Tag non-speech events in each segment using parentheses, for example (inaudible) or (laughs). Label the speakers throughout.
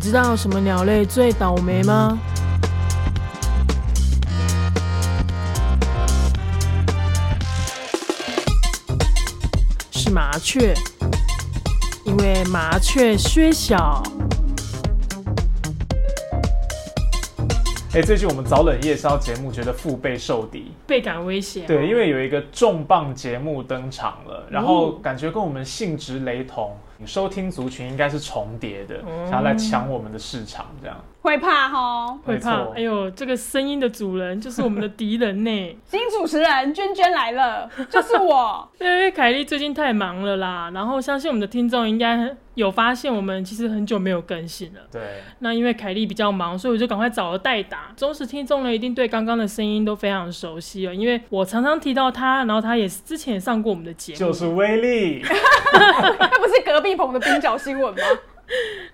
Speaker 1: 知道什么鸟类最倒霉吗？是麻雀，因为麻雀虽小。
Speaker 2: 哎、最近我们早冷夜宵节目觉得腹背受敌，
Speaker 1: 倍感威胁。
Speaker 2: 对，因为有一个重磅节目登场了，然后
Speaker 3: 嗯
Speaker 2: 感觉跟我们性质雷同，收听族群应该是重叠的，
Speaker 3: 哦
Speaker 2: 想要来抢我们的市场，这样
Speaker 3: 会怕吼。
Speaker 1: 会怕
Speaker 2: 没。错
Speaker 1: 哎呦，这个声音的主人就是我们的敌人呢。 (laughs)
Speaker 3: 新主持人娟娟来 (laughs) 了，就是我。
Speaker 1: 因为哎凯莉最近太忙了啦，然后相信我们的听众应该有发现，我们其实很久没有更新了。
Speaker 2: 对，
Speaker 1: 那因为凯莉比较忙，所以我就赶快找了代打。忠实听众呢，一定对刚刚的声音都非常熟悉了，啊因为我常常提到他，然后他也之前也上过我们的节目，
Speaker 2: 就是威力。
Speaker 3: 那不是隔壁棚的冰角新闻吗？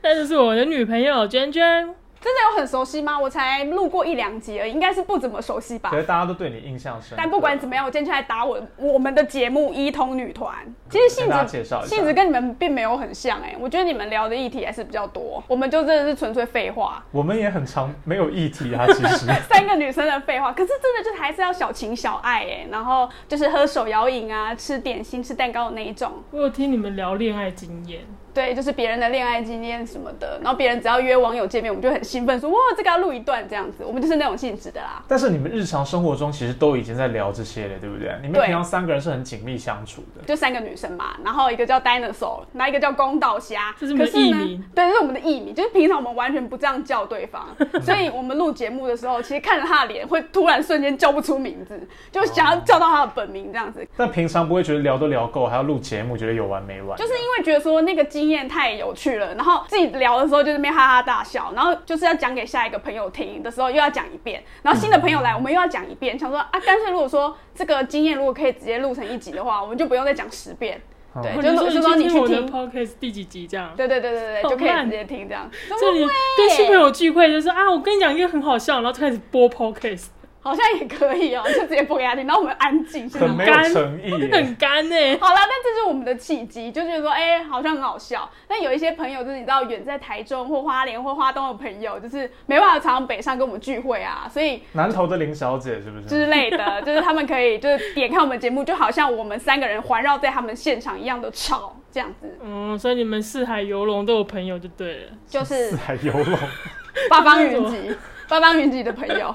Speaker 1: 那就是我的女朋友娟娟。
Speaker 3: (laughs) 真的有很熟悉吗？我才录过一两集而已，应该是不怎么熟悉吧
Speaker 2: 可。是大家都对你印象深刻。
Speaker 3: (laughs) 但不管怎么样，我今天就来打我我们的节目《一通女团》。其实性
Speaker 2: 跟大家
Speaker 3: 质
Speaker 2: 介绍一下
Speaker 3: 性质跟你们并没有很像哎、我觉得你们聊的议题还是比较多，我们就真的是纯粹废话，
Speaker 2: 我们也很常没有议题啊，其
Speaker 3: (laughs)
Speaker 2: 实。
Speaker 3: 三个女生的废话。可是真的就是还是要小情小爱哎、然后就是喝手摇饮啊，吃点心、吃蛋糕的那一种。
Speaker 1: 我有听你们聊恋爱经验，
Speaker 3: 对，就是别人的恋爱经验什么的，然后别人只要约网友见面，我们就很兴奋说哇，这个要录一段这样子，我们就是那种性质的啦。
Speaker 2: 但是你们日常生活中其实都已经在聊这些了，对不对？你们
Speaker 3: 对
Speaker 2: 平常三个人是很紧密相处的。
Speaker 3: 就三个女生嘛，然后一个叫 Dinosaur，然后一个叫公道虾，
Speaker 1: 这是你们的
Speaker 3: 可呢
Speaker 1: 艺名
Speaker 3: 对，这是我们的艺名，就是平常我们完全不这样叫对方，所以我们录节目的时候，其实看着他的脸，会突然瞬间叫不出名字，就想要叫到他的本名这样子，
Speaker 2: 但平常不会觉得聊都聊够，还要录节目，觉得有完没完。
Speaker 3: 就是因为觉得说那个经验太有趣了，然后自己聊的时候就在那边哈哈大笑，然后就是要讲给下一个朋友听的时候又要讲一遍，然后新的朋友来我们又要讲一遍，想说啊，干脆如果说这个经验如果可以直接录成一集的话，我们就不用再讲十遍，
Speaker 2: 嗯
Speaker 3: 对，
Speaker 1: 哦你
Speaker 3: 就是
Speaker 1: 说
Speaker 3: 就说你
Speaker 1: 今天
Speaker 3: 去
Speaker 1: 我的
Speaker 3: 听。
Speaker 1: podcast 第几集这样？
Speaker 3: (laughs) 对对对对对，
Speaker 1: 好
Speaker 3: 就可以
Speaker 1: 慢
Speaker 3: 直接听这样。怎
Speaker 1: 这
Speaker 3: 么
Speaker 1: 里跟新朋友聚会就是啊，我跟你讲一个很好笑，然后就开始播 podcast，
Speaker 3: 好像也可以哦、就直接播给他听，然后我们安静，现在
Speaker 2: 很没有
Speaker 3: (laughs)
Speaker 2: 诚意耶。
Speaker 1: 很干欸呢、
Speaker 3: 好啦，但这是我们的契机，就觉得说，哎、好像很好笑。但有一些朋友就是你知道，远在台中或花莲或花东的朋友，就是没办法常常北上跟我们聚会啊，所以
Speaker 2: 南投的林小姐是不是？
Speaker 3: 之类
Speaker 2: (laughs)
Speaker 3: 的，就是他们可以就是点开我们节目，就好像我们三个人环绕在他们现场一样的吵这样子，
Speaker 1: 嗯，所以你们四海游龙都有朋友就对了。
Speaker 3: 就
Speaker 2: (laughs)
Speaker 3: 是
Speaker 2: 四海游龙，
Speaker 3: 八方云集，八方云集的
Speaker 2: (laughs)
Speaker 3: 朋友，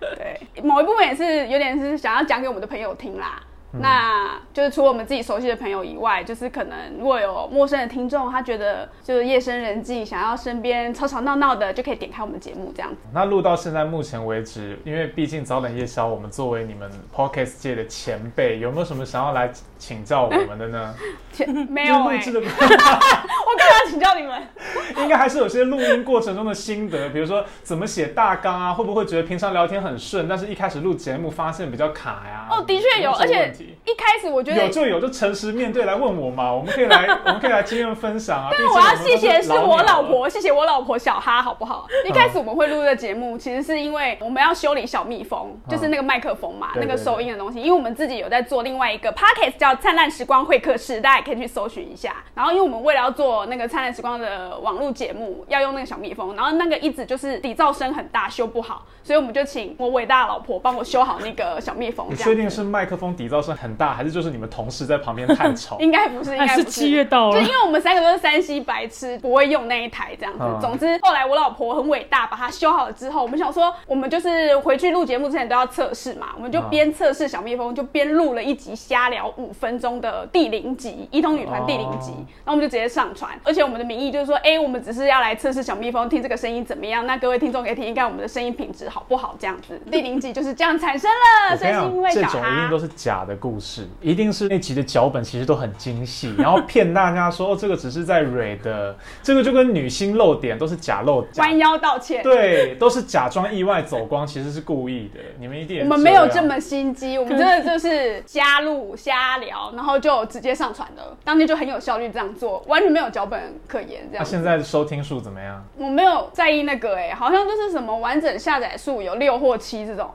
Speaker 3: 对，某一部分也是有点是想要讲给我们的朋友听啦。
Speaker 2: 嗯
Speaker 3: 那就是除了我们自己熟悉的朋友以外，就是可能如果有陌生的听众，他觉得就是夜深人静，想要身边吵吵闹闹的，就可以点开我们节目这样子。
Speaker 2: 那录到现在目前为止，因为毕竟早冷夜宵，我们作为你们 podcast 界的前辈，有没有什么想要来请教我们的呢？
Speaker 3: 切嗯没有哎、
Speaker 2: 就是录制的
Speaker 3: 我干嘛请教你们？
Speaker 2: (laughs) 应该还是有些录音过程中的心得，比如说怎么写大纲啊，会不会觉得平常聊天很顺，但是一开始录节目发现比较卡呀、
Speaker 3: 哦，的确有，
Speaker 2: 这个
Speaker 3: 而且
Speaker 2: 问题
Speaker 3: 一开始我觉
Speaker 2: 有
Speaker 3: 得。
Speaker 2: 就有，就诚实面对来问我嘛，我们可以来，我们可以来经验分享
Speaker 3: (laughs)
Speaker 2: 啊。
Speaker 3: 但我要谢谢是我
Speaker 2: 毕竟们都是
Speaker 3: 老
Speaker 2: 鸟了。
Speaker 3: 婆，谢谢我老婆小哈，好不好？一开始我们会录这个节目，其实是因为我们要修理小蜜蜂，就是那个麦克风嘛，
Speaker 2: 对
Speaker 3: 那
Speaker 2: 对
Speaker 3: 个收音的东西。因为我们自己有在做另外一个 podcast 叫《灿烂时光会客室》，大家也可以去搜寻一下。然后，因为我们为了要做那个《灿烂时光》的网络节目，要用那个小蜜蜂，然后那个一直就是底噪声很大，修不好，所以我们就请我伟大的老婆帮我修好那个小蜜蜂。
Speaker 2: 你
Speaker 3: 哦这
Speaker 2: 确 (laughs)
Speaker 3: 样
Speaker 2: 定是麦克风底噪声很大，还是就是你们同事在旁边太
Speaker 3: (laughs)
Speaker 2: 吵？
Speaker 3: 应该不是，应
Speaker 1: 还
Speaker 3: 该
Speaker 1: 是
Speaker 3: 不
Speaker 1: 七月到
Speaker 3: 就
Speaker 1: 了
Speaker 3: 因，为我们三个都是山西白痴，不会用那一台这样子。
Speaker 2: 嗯
Speaker 3: 总之后来我老婆很伟大，把它修好了之后，我们想说，我们就是回去录节目之前都要测试嘛，我们就
Speaker 2: 嗯
Speaker 3: 边测试小蜜蜂，就边录了一集瞎聊五分钟的第零集《一通女团》第零集，
Speaker 2: 哦
Speaker 3: 然后我们就直接上传。而且我们的名义就是说，哎、我们只是要来测试小蜜蜂听这个声音怎么样，那各位听众可以听一看我们的声音品质好不好这样子。第零集就是这样产生了，
Speaker 2: 我
Speaker 3: 所以
Speaker 2: 跟
Speaker 3: 是因
Speaker 2: 你
Speaker 3: 为
Speaker 2: 讲，这种
Speaker 3: 小
Speaker 2: 一
Speaker 3: 哈
Speaker 2: 定。都是假的故事，一定是那集的脚本其实都很精细，然后骗大家说、哦、这个只是在蕊的，这个就跟女星露点都是假露假
Speaker 3: 弯腰道歉，
Speaker 2: 对，都是假装意外走光，其实是故意的。你们一定也
Speaker 3: 我
Speaker 2: 是
Speaker 3: 们没有
Speaker 2: 样
Speaker 3: 这么心机，我们真的就是瞎录瞎聊，然后就直接上传了。当天就很有效率这样做，完全没有脚本可言这
Speaker 2: 那、
Speaker 3: 样。
Speaker 2: 啊现在收听数怎么样？
Speaker 3: 我没有在意那个哎、好像就是什么完整下载数有六或七这种，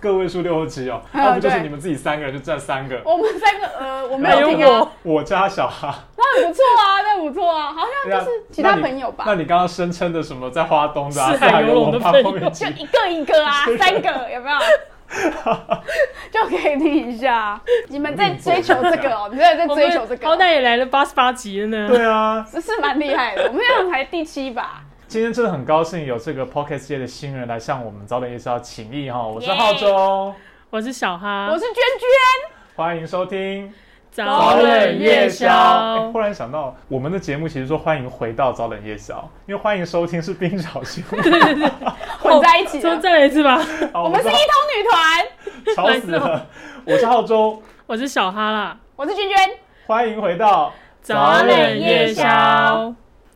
Speaker 2: 个位数六或
Speaker 3: (laughs)
Speaker 2: 七哦，
Speaker 3: 嗯
Speaker 2: 要不就是
Speaker 3: 对
Speaker 2: 你们自己三个人就占三个，
Speaker 3: 我们三个呃，我没
Speaker 1: 还
Speaker 3: 有
Speaker 1: 有
Speaker 3: 听啊，
Speaker 1: 哎我，
Speaker 2: 我加小哈。
Speaker 3: 那很不错啊， (laughs) 那很不错啊，好
Speaker 2: 对啊
Speaker 3: 像就是其
Speaker 2: 那
Speaker 3: 他
Speaker 2: 你
Speaker 3: 朋友吧
Speaker 2: 那，你刚刚声称的什么在花东的、啊、
Speaker 1: 四海游龙的
Speaker 2: 八
Speaker 1: 朋
Speaker 2: 方
Speaker 1: 友
Speaker 2: 云集
Speaker 3: 就一个一个啊，三个有没有？就可以听一下。你们在追求这个哦，你们
Speaker 1: (laughs)
Speaker 3: 在
Speaker 1: 我
Speaker 3: 追求这
Speaker 1: 们
Speaker 3: 个
Speaker 1: 好
Speaker 3: 哦，
Speaker 1: 歹也来了八十八集了
Speaker 3: (laughs)
Speaker 1: 呢。
Speaker 2: 对啊，
Speaker 3: 这是蛮厉害的。我们这样才第七吧，
Speaker 2: 今天真的很高兴有这个 Pocket 界的新人来向我们早点夜宵请益哈，我是
Speaker 3: 耶
Speaker 2: 浩中，
Speaker 1: 我是小哈，
Speaker 3: 我是娟娟，
Speaker 2: 欢迎收
Speaker 3: (laughs)
Speaker 2: 听
Speaker 1: 早
Speaker 3: 冷夜宵
Speaker 2: 哎忽然想到，我们的节目其实说欢迎回到早冷夜宵，因为欢迎收听是冰岛新闻，
Speaker 3: 混在一起
Speaker 1: 重
Speaker 3: 了。
Speaker 1: 再来一次吧。 (laughs)
Speaker 2: 好
Speaker 3: 我们是一
Speaker 2: 知
Speaker 3: 通女团，
Speaker 2: 道吵死了，我是浩中，
Speaker 1: 我是小哈啦，
Speaker 3: 我是娟娟，
Speaker 2: 欢迎回到
Speaker 1: 早
Speaker 3: 冷
Speaker 1: 冷
Speaker 3: 夜
Speaker 1: 夜
Speaker 2: 宵
Speaker 1: 宵。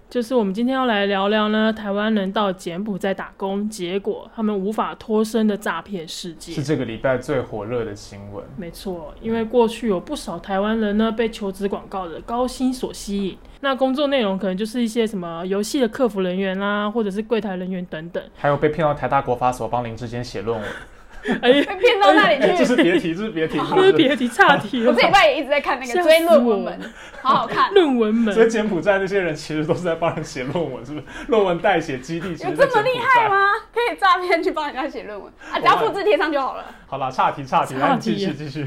Speaker 1: 就是我们今天要来聊聊呢，台湾人到柬埔寨打工，结果他们无法脱身的诈骗事
Speaker 2: 是
Speaker 1: 件。
Speaker 2: 这个礼拜最火热的新闻。
Speaker 1: 没错，因为过去有不少台湾人呢被求职广告的高薪所吸引，那工作内容可能就是一些什么游戏的客服人员啦、或者是柜台人员等等。
Speaker 2: 还有被骗到台大国法所帮林志坚写论文，
Speaker 1: 哎，
Speaker 3: 被骗到那里
Speaker 2: 哎，这是
Speaker 3: 去。
Speaker 2: 别提，这是
Speaker 3: (laughs)
Speaker 2: 别提，
Speaker 1: 这是别提岔题
Speaker 3: 我
Speaker 1: 了
Speaker 3: 这。礼拜也一直在看那个
Speaker 1: 吓
Speaker 3: 《
Speaker 1: 死
Speaker 3: 追论文
Speaker 1: 我
Speaker 3: 们》，好好
Speaker 1: (laughs)
Speaker 3: 看。
Speaker 1: 论文
Speaker 2: (laughs) 所以
Speaker 1: 门，
Speaker 2: 柬埔寨那些人其实都是在帮人写论文，是不是？论文代写基地其
Speaker 3: 有
Speaker 2: 实在
Speaker 3: 哎这么
Speaker 2: 柬埔
Speaker 3: 厉害
Speaker 2: 寨。
Speaker 3: 吗？可以诈骗去帮人家写论文啊？只要复制贴上就好了。
Speaker 2: 好啦，岔题岔题，来
Speaker 1: 岔
Speaker 2: 你继
Speaker 1: 题
Speaker 2: 续继续。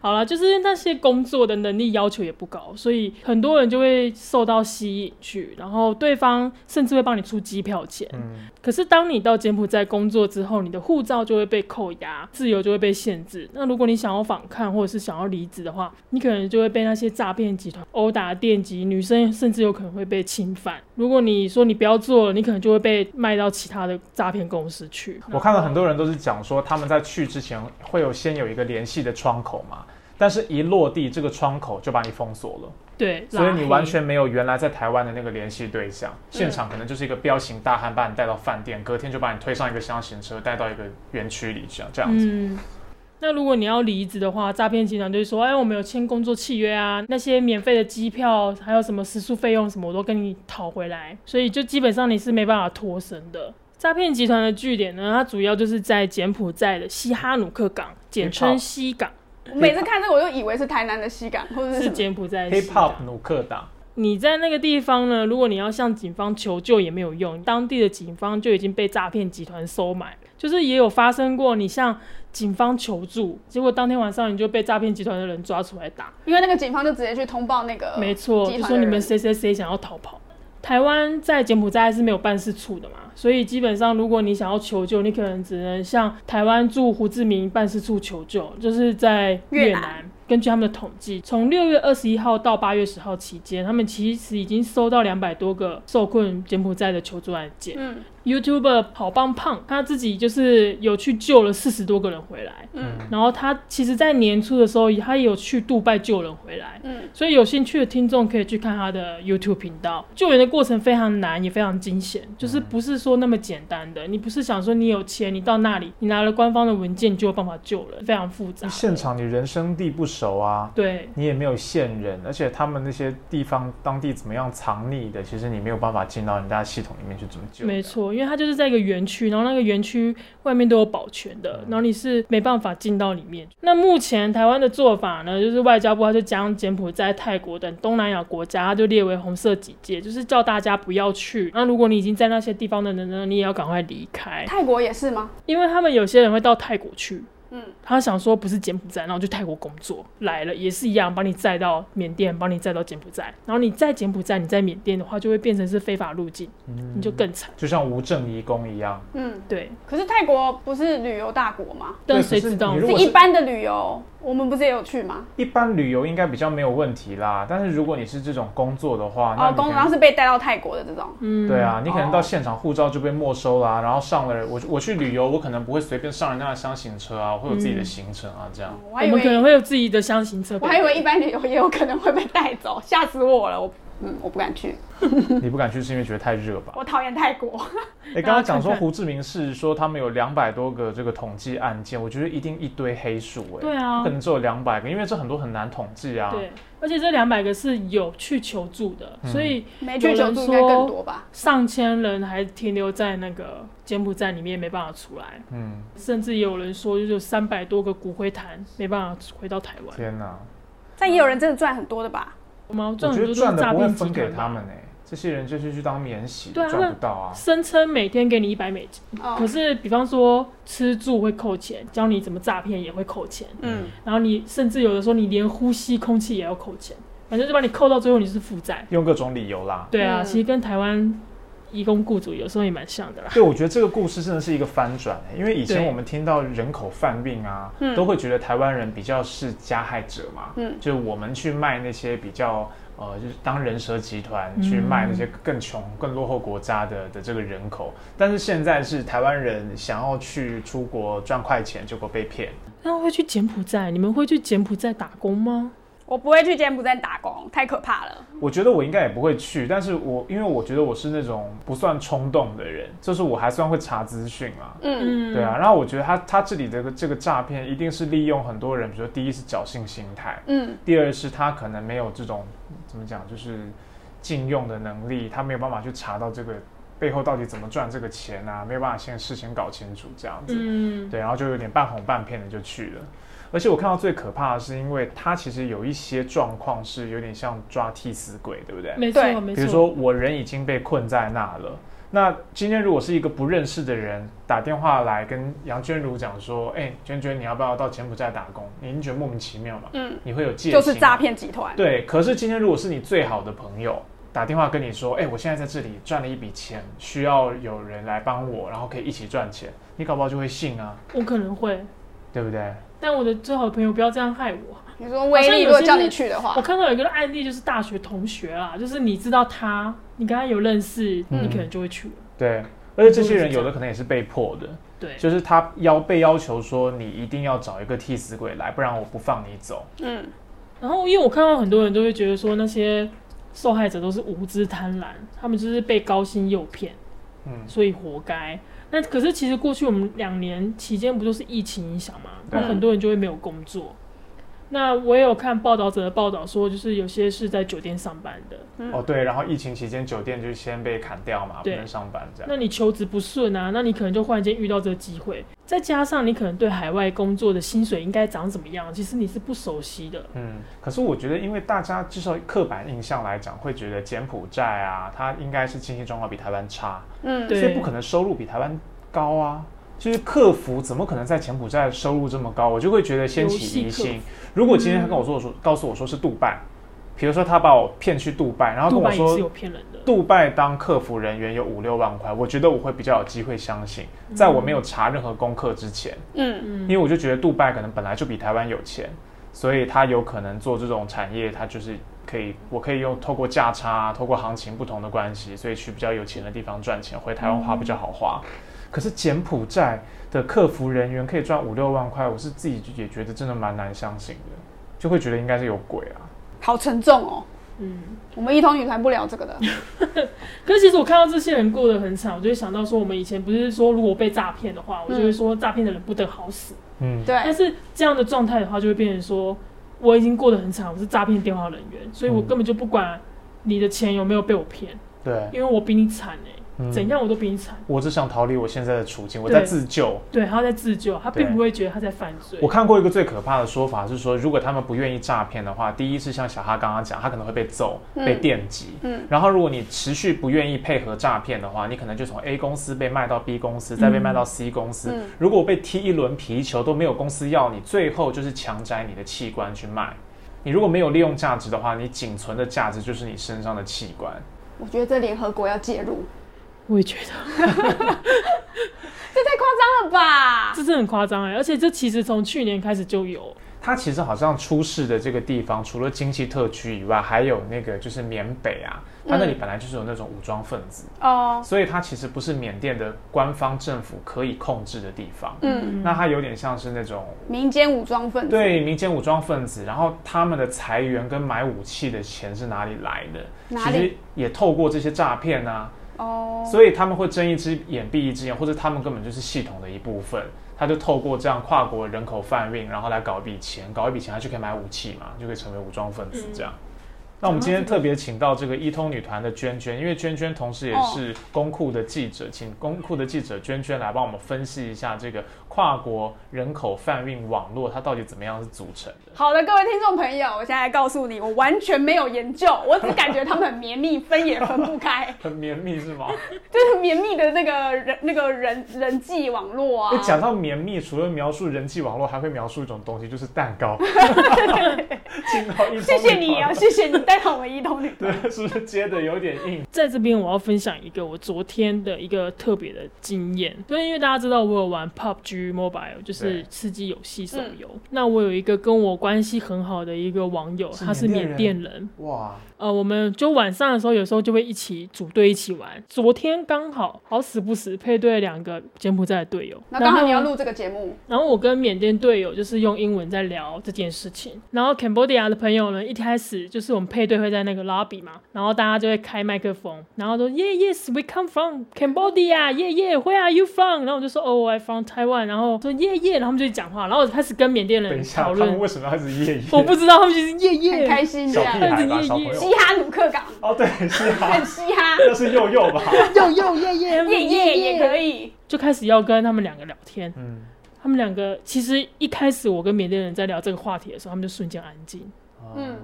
Speaker 1: 好了，就是那些工作的能力要求也不高，所以很多人就会受到吸引去，然后对方甚至会帮你出机票钱。
Speaker 3: (laughs)
Speaker 2: 嗯，
Speaker 1: 可是当你到柬埔寨工作之后，你的护照就会被扣押，自由就会被限制。那如果你想要反抗或者是想要离职的话，你可能就会被那些诈骗集团殴打、电击，女生甚至有可能会被侵犯。如果你说你不要做了，你可能就会被卖到其他的诈骗公司去。
Speaker 2: 我看到很多人都是讲说，他们在去之前会有先有一个联系的窗口嘛，但是一落地这个窗口就把你封锁了，
Speaker 1: 对，
Speaker 2: 所以
Speaker 1: 拉
Speaker 2: 你
Speaker 1: 黑
Speaker 2: 完全没有原来在台湾的那个联系对象，
Speaker 3: 嗯
Speaker 2: 现场可能就是一个彪形大汉把你带到饭店，隔天就把你推上一个箱型车带到一个园区里这样这样子。
Speaker 1: 嗯，那如果你要离职的话，诈骗集团就会说：“哎，我们有签工作契约啊，那些免费的机票，还有什么食宿费用什么，我都跟你讨回来。”所以就基本上你是没办法脱身的。诈骗集团的据点呢，它主要就是在柬埔寨的西哈努克港，简称西港，
Speaker 3: 我每次看这个，我就以为是台南的西港或者是
Speaker 1: 是
Speaker 3: 什么。
Speaker 1: 柬埔寨的西
Speaker 2: Hip
Speaker 1: 港
Speaker 2: Hop 努克党，
Speaker 1: 你在那个地方呢，如果你要向警方求救也没有用，当地的警方就已经被诈骗集团收买。就是也有发生过，你向警方求助，结果当天晚上你就被诈骗集团的人抓出来打。
Speaker 3: 因为那个警方就直接去通报那个嗯
Speaker 1: 没错，
Speaker 3: 集
Speaker 1: 就
Speaker 3: 团呃的
Speaker 1: 说你们
Speaker 3: 人
Speaker 1: 谁谁谁想要逃跑。台湾在柬埔寨是没有办事处的嘛，所以基本上如果你想要求救，你可能只能向台湾驻胡志明办事处求救，就是在
Speaker 3: 越
Speaker 1: 越
Speaker 3: 南
Speaker 1: 南。根据他们的统计，从六月二十一号到八月十号期间，他们其实已经收到两百多个受困柬埔寨的求助案件。
Speaker 3: 嗯
Speaker 1: YouTuber 好棒胖他自己就是有去救了四十多个人回来，
Speaker 3: 嗯
Speaker 1: 然后他其实，在年初的时候，他也有去杜拜救人回来。
Speaker 3: 嗯，
Speaker 1: 所以有兴趣的听众可以去看他的 YouTube 频道。救援的过程非常难，也非常惊险，就是不是说那么简单的。你不是想说你有钱，你到那里，你拿了官方的文件就有办法救人，非常复杂。
Speaker 2: 现场你人生地不熟啊，
Speaker 1: 对
Speaker 2: 你也没有线人，而且他们那些地方当地怎么样藏匿的，其实你没有办法进到人家系统里面去怎么救。
Speaker 1: 没，错，因为它就是在一个园区，然后那个园区外面都有保全的，然后你是没办法进到里面。那目前台湾的做法呢，就是外交部它就将柬埔寨、泰国等东南亚国家，它就列为红色警戒，就是叫大家不要去。那如果你已经在那些地方的人呢，你也要赶快离开。
Speaker 3: 泰国也是吗？
Speaker 1: 因为他们有些人会到泰国去，
Speaker 3: 嗯，
Speaker 1: 他想说不是柬埔寨，然后就泰国工作来了，也是一样，把你载到缅甸，帮你载到柬埔寨，然后你在柬埔寨，你在缅甸的话，就会变成是非法入境，
Speaker 2: 嗯
Speaker 1: 你就更惨。
Speaker 2: 就像无证移工一样，
Speaker 3: 嗯，
Speaker 1: 对，
Speaker 3: 可是泰国不是旅游大国吗？
Speaker 1: 但
Speaker 2: 对
Speaker 1: 谁
Speaker 2: 可是
Speaker 1: 知道呢？
Speaker 2: 你如
Speaker 3: 是
Speaker 2: 果
Speaker 3: 一般的旅游，我们不是也有去吗？
Speaker 2: 一般旅游应该比较没有问题啦。但是如果你是这种工作的话，那
Speaker 3: 哦，
Speaker 2: 你
Speaker 3: 公
Speaker 2: 可
Speaker 3: 然后
Speaker 2: 能
Speaker 3: 是被带到泰国的这种，
Speaker 1: 嗯，
Speaker 2: 对，啊，你可能
Speaker 3: 哦
Speaker 2: 到现场护照就被没收啦，然后上了我我去旅游，我可能不会随便上人家的箱型车啊，我会有自己的
Speaker 1: 嗯
Speaker 2: 行程啊，这样。
Speaker 3: 哦我
Speaker 1: 我
Speaker 3: 还以
Speaker 1: 们可能
Speaker 3: 为
Speaker 1: 会有自己的箱型车，
Speaker 3: 我还以为一般旅游也有可能会被带走，吓死我了！我嗯，我不敢去，
Speaker 2: 你不敢去是因为觉得太热
Speaker 1: (laughs)
Speaker 2: 吧？
Speaker 3: 我讨厌泰国。
Speaker 2: 哎，刚刚讲
Speaker 1: 然后看
Speaker 2: 说
Speaker 1: 看
Speaker 2: 胡志明市说他们有两百多个这个统计案件，我觉得一定一堆黑数哎、
Speaker 1: 对啊
Speaker 2: 不可能只有两百个，因为这很多很难统计啊。
Speaker 1: 对，而且这两百个是有去求助的，
Speaker 2: 嗯
Speaker 1: 所以
Speaker 3: (laughs) 没去求助应该更多吧？
Speaker 1: 上千人还停留在那个柬埔寨里面没办法出来，
Speaker 2: 嗯，
Speaker 1: 甚至也有人说就是三百多个骨灰坛没办法回到台湾。
Speaker 2: 天哪，
Speaker 3: 但也有人真的赚很多的吧？
Speaker 1: 我们
Speaker 2: 我
Speaker 1: 赚
Speaker 2: 觉
Speaker 1: 很多
Speaker 2: 得
Speaker 1: 都
Speaker 2: 赚
Speaker 1: 是
Speaker 2: 的
Speaker 1: 诈
Speaker 2: 不会
Speaker 1: 骗集
Speaker 2: 分给
Speaker 1: 团
Speaker 2: 他
Speaker 1: 吧，
Speaker 2: 们哎、这些人就是去当免洗，
Speaker 1: 对啊
Speaker 2: 赚
Speaker 1: 他们
Speaker 2: 不到啊。
Speaker 1: 声称每天给你一百美金，可
Speaker 3: 哦，
Speaker 1: 是比方说吃住会扣钱，教你怎么诈骗也会扣钱，
Speaker 3: 嗯，
Speaker 1: 然后你甚至有的时候你连呼吸空气也要扣钱，反正就把你扣到最后你是负债。
Speaker 2: 用各种理由啦。
Speaker 1: 对啊，
Speaker 3: 嗯
Speaker 1: 其实跟台湾移工雇主有时候也蛮像的啦。
Speaker 2: 对，我觉得这个故事真的是一个翻转，欸因为以前
Speaker 1: 对
Speaker 2: 我们听到人口贩运啊，
Speaker 3: 嗯
Speaker 2: 都会觉得台湾人比较是加害者嘛，
Speaker 3: 嗯
Speaker 2: 就是我们去卖那些比较呃，就是当人蛇集团去
Speaker 1: 嗯
Speaker 2: 卖那些更穷、更落后国家的的这个人口，但是现在是台湾人想要去出国赚快钱，结果被骗。
Speaker 1: 那会去柬埔寨？你们会去柬埔寨打工吗？
Speaker 3: 我不会去柬埔寨打工，太可怕了。
Speaker 2: 我觉得我应该也不会去，但是我因为我觉得我是那种不算冲动的人，就是我还算会查资讯啊，
Speaker 3: 嗯，
Speaker 1: 嗯，
Speaker 2: 对啊，，然后我觉得他他这里的这个这个诈骗一定是利用很多人，比如说第一是侥幸心态，
Speaker 3: 嗯，
Speaker 2: 第二是他可能没有这种怎么讲，就是禁用的能力，他没有办法去查到这个背后到底怎么赚这个钱啊，没有办法先事先搞清楚这样子，
Speaker 1: 嗯，
Speaker 2: 对，然后就有点半哄半骗的就去了。而且我看到最可怕的是，因为他其实有一些状况是有点像抓替死鬼，对不对？
Speaker 1: 没错
Speaker 3: 对
Speaker 1: 没错。
Speaker 2: 比如说我人已经被困在那了，那今天如果是一个不认识的人打电话来跟杨娟如讲说，哎、娟娟你要不要到柬埔寨打工？你一定觉得莫名其妙嘛？
Speaker 3: 嗯，
Speaker 2: 你会有戒心，
Speaker 3: 就是诈。骗集团。
Speaker 2: 对，可是今天如果是你最好的朋友打电话跟你说，哎、我现在在这里赚了一笔钱，需要有人来帮我，然后可以一起赚钱，你搞不好就会信啊，
Speaker 1: 我可能会，
Speaker 2: 对不对？
Speaker 1: 但我的最好的朋友不要这样害我。
Speaker 3: 你说威力如果叫你去的
Speaker 1: 我
Speaker 3: 话，
Speaker 1: 看到有一个案例，就是大学同学啦，就是你知道他，你跟他有认识，
Speaker 2: 嗯
Speaker 1: 你可能就会去了。
Speaker 2: 对，而且这些人有的可能也是被迫的，
Speaker 1: 对，
Speaker 2: 就是他要被要求说你一定要找一个替死鬼来，不然我不放你走。
Speaker 3: 嗯，
Speaker 1: 然后因为我看到很多人都会觉得说那些受害者都是无知贪婪，他们就是被高薪诱骗，
Speaker 2: 嗯
Speaker 1: 所以活该。那可是其实过去我们两年期间不就是疫情影响嘛，
Speaker 2: 对
Speaker 1: 那很多人就会没有工作。那我也有看报道者的报道说，就是有些是在酒店上班的，
Speaker 2: 哦，对，然后疫情期间酒店就先被砍掉嘛，不
Speaker 1: 对
Speaker 2: 能上班这样。
Speaker 1: 那你求职不顺啊，那你可能就忽然间遇到这个机会，再加上你可能对海外工作的薪水应该长怎么样，其实你是不熟悉的。
Speaker 2: 嗯，可是我觉得，因为大家至少刻板印象来讲，会觉得柬埔寨啊，它应该是经济状况比台湾差，
Speaker 3: 嗯，
Speaker 1: 对
Speaker 2: 所以不可能收入比台湾高啊。就是客服怎么可能在柬埔寨收入这么高？我就会觉得掀起疑
Speaker 1: 游戏客嗯
Speaker 2: 心。如果今天他跟我说说，告诉我说是杜拜，比如说他把我骗去杜拜，然后跟
Speaker 1: 杜
Speaker 2: 我
Speaker 1: 拜也
Speaker 2: 说
Speaker 1: 是有骗人的，
Speaker 2: 杜拜当客服人员有五六万块，我觉得我会比较有机会相信，在我没有查任何功课之前，
Speaker 3: 嗯，
Speaker 2: 因为我就觉得杜拜可能本来就比台湾有钱，所以他有可能做这种产业，他就是可以，我可以用透过价差、透过行情不同的关系，所以去比较有钱的地方赚钱，回台湾花比较好花。
Speaker 1: 嗯
Speaker 2: 可是柬埔寨的客服人员可以赚五六万块，我是自己也觉得真的蛮难相信的，就会觉得应该是有鬼啊。
Speaker 3: 好沉重哦。
Speaker 1: 嗯。
Speaker 3: 我们一通女团不聊这个的。
Speaker 1: 可是其实我看到这些人过得很惨，我就会想到说，我们以前不是说如果被诈骗的话，我就会说诈骗的人不得好死。
Speaker 2: 嗯，
Speaker 1: 但
Speaker 3: 对，
Speaker 1: 是这样的状态的话，就会变成说我已经过得很惨，我是诈骗电话人员，所以我根本就不管你的钱有没有被我骗，
Speaker 2: 对，
Speaker 1: 因为我比你惨哎、
Speaker 2: 嗯
Speaker 1: 怎样我都比你惨。
Speaker 2: 我只想逃离我现在的处境，我在
Speaker 1: 对
Speaker 2: 自救。
Speaker 1: 对，他在自救，他
Speaker 2: 对
Speaker 1: 并不会觉得他在犯罪
Speaker 2: 我。看过一个最可怕的说法是说，如果他们不愿意诈骗的话，第一是像小哈刚刚讲，他可能会被揍、
Speaker 3: 嗯
Speaker 2: 被电击。
Speaker 3: 嗯
Speaker 2: 然后如果你持续不愿意配合诈骗的话，你可能就从 A 公司被卖到 B 公司，再被卖到 C 公司。
Speaker 3: 嗯
Speaker 2: 如果被踢一轮皮球都没有公司要你，最后就是强摘你的器官去卖。你如果没有利用价值的话，你仅存的价值就是你身上的器官。
Speaker 3: 我觉得这联合国要介入，
Speaker 1: 我也觉得 (laughs)
Speaker 3: 这太夸张了吧？
Speaker 1: 欸这是很夸张哎，而且这其实从去年开始就有，
Speaker 2: 它其实好像出事的这个地方，除了经济特区以外，还有那个就是缅北啊，它那里
Speaker 3: 嗯
Speaker 2: 本来就是有那种武装分子，
Speaker 3: 哦，
Speaker 2: 所以它其实不是缅甸的官方政府可以控制的地方。
Speaker 3: 嗯，
Speaker 2: 那它有点像是那种
Speaker 3: 民间武装分子，，
Speaker 2: 对民间武装分子，然后他们的财源跟买武器的钱是哪里来的？
Speaker 3: 哪
Speaker 2: 其
Speaker 3: 里
Speaker 2: 实也透过这些诈骗啊，
Speaker 3: 哦，
Speaker 2: 所以他们会睁一只眼闭一只眼，或者他们根本就是系统的一部分。他就透过这样跨国人口贩运，然后来搞一笔钱，搞一笔钱，他就可以买武器嘛，就可以成为武装分子这样。嗯那我们今天特别请到这个伊通女团的娟娟，因为娟娟同时也是公库的记者，请公库的记者娟娟来帮我们分析一下这个跨国人口贩运网络它到底怎么样是组成的。
Speaker 3: 好的，各位听众朋友，我现在告诉你，我完全没有研究，我只感觉他们很绵密，分也分不开，
Speaker 2: 很绵密是吗？
Speaker 3: 就是绵密的那个人那个人人际网络啊
Speaker 2: 诶。哎讲到绵密，除了描述人际网络，还会描述一种东西，就是蛋
Speaker 1: (laughs)
Speaker 2: 糕。进到一通
Speaker 3: 谢谢你啊，
Speaker 2: 里
Speaker 3: 谢谢你带上我们一通旅。
Speaker 2: 头对，是不是接的有点硬？
Speaker 1: 在这边我要分享一个我昨天的一个特别的经验，就是因为大家知道我有玩 PUBG Mobile，就是
Speaker 2: 对
Speaker 1: 吃鸡游戏手游。
Speaker 3: 嗯
Speaker 1: 那我有一个跟我关系很好的一个网友，
Speaker 2: 是
Speaker 1: 他是
Speaker 2: 缅
Speaker 1: 缅
Speaker 2: 甸
Speaker 1: 甸人，
Speaker 2: 哇，
Speaker 1: 呃，我们就晚上的时候，有时候就会一起组队一起玩。昨天刚好好死不死配对两个柬埔寨的队友，
Speaker 3: 那刚好
Speaker 1: 然后
Speaker 3: 你要录这个节目，
Speaker 1: 然后我跟缅甸队友就是用英文在聊这件事情。然后 Cambodia 的朋友呢，一开始就是我们配对会在那个 lobby 嘛，然后大家就会开麦克风，然后说 Yeah, yes, we come from Cambodia. Yeah, yeah, where are you from? 然后我就说 Oh, I from Taiwan. 然后说 Yeah, yeah，然后他们就讲话，然后我开始跟缅甸
Speaker 2: 等
Speaker 1: 人
Speaker 2: 一下，
Speaker 1: 嗯讨
Speaker 2: 他们
Speaker 1: 论。
Speaker 2: 为什么要一直夜夜？
Speaker 1: 我不知道他们就是 Yeah,
Speaker 3: 很
Speaker 1: yeah。
Speaker 3: 开心这
Speaker 2: 小屁。孩吧，
Speaker 3: 样
Speaker 1: 对
Speaker 2: 小朋友
Speaker 3: 嘻。哈努克港，
Speaker 2: 哦，对，嘻哈
Speaker 3: 很，嘻哈，
Speaker 2: 那是幼幼
Speaker 1: (laughs)
Speaker 2: 吧？
Speaker 1: 又又 yeah yeah
Speaker 3: 夜夜也可以。
Speaker 1: 就开始要跟他们两个聊天。
Speaker 2: 嗯，
Speaker 1: 他们两个其实一开始我跟缅甸人在聊这个话题的时候，他们就瞬间安静。
Speaker 2: 嗯
Speaker 3: 嗯，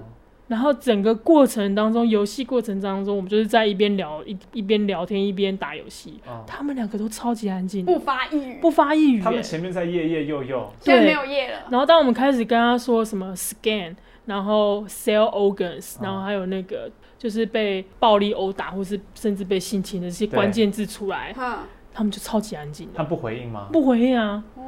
Speaker 1: 然后整个过程当中，游戏过程当中，我们就是在一边聊一一边聊天一边打游戏。
Speaker 2: 哦
Speaker 1: 他们两个都超级安静，
Speaker 3: 不发一语，
Speaker 1: 不发一语、
Speaker 2: 嗯他们
Speaker 1: 欸
Speaker 2: 前面在夜夜幼幼，
Speaker 3: 现在
Speaker 1: 对
Speaker 3: 没有夜了。
Speaker 1: 然后当我们开始跟他说什么 scan，然后 sell
Speaker 2: 啊
Speaker 1: organs，、然后还有那个就是被暴力殴打或是甚至被性侵的这些
Speaker 2: 对
Speaker 1: 关键字出来，
Speaker 3: 哼，
Speaker 1: 他们就超级安静的，
Speaker 2: 他们不回应吗？
Speaker 1: 不回应啊。
Speaker 3: 哦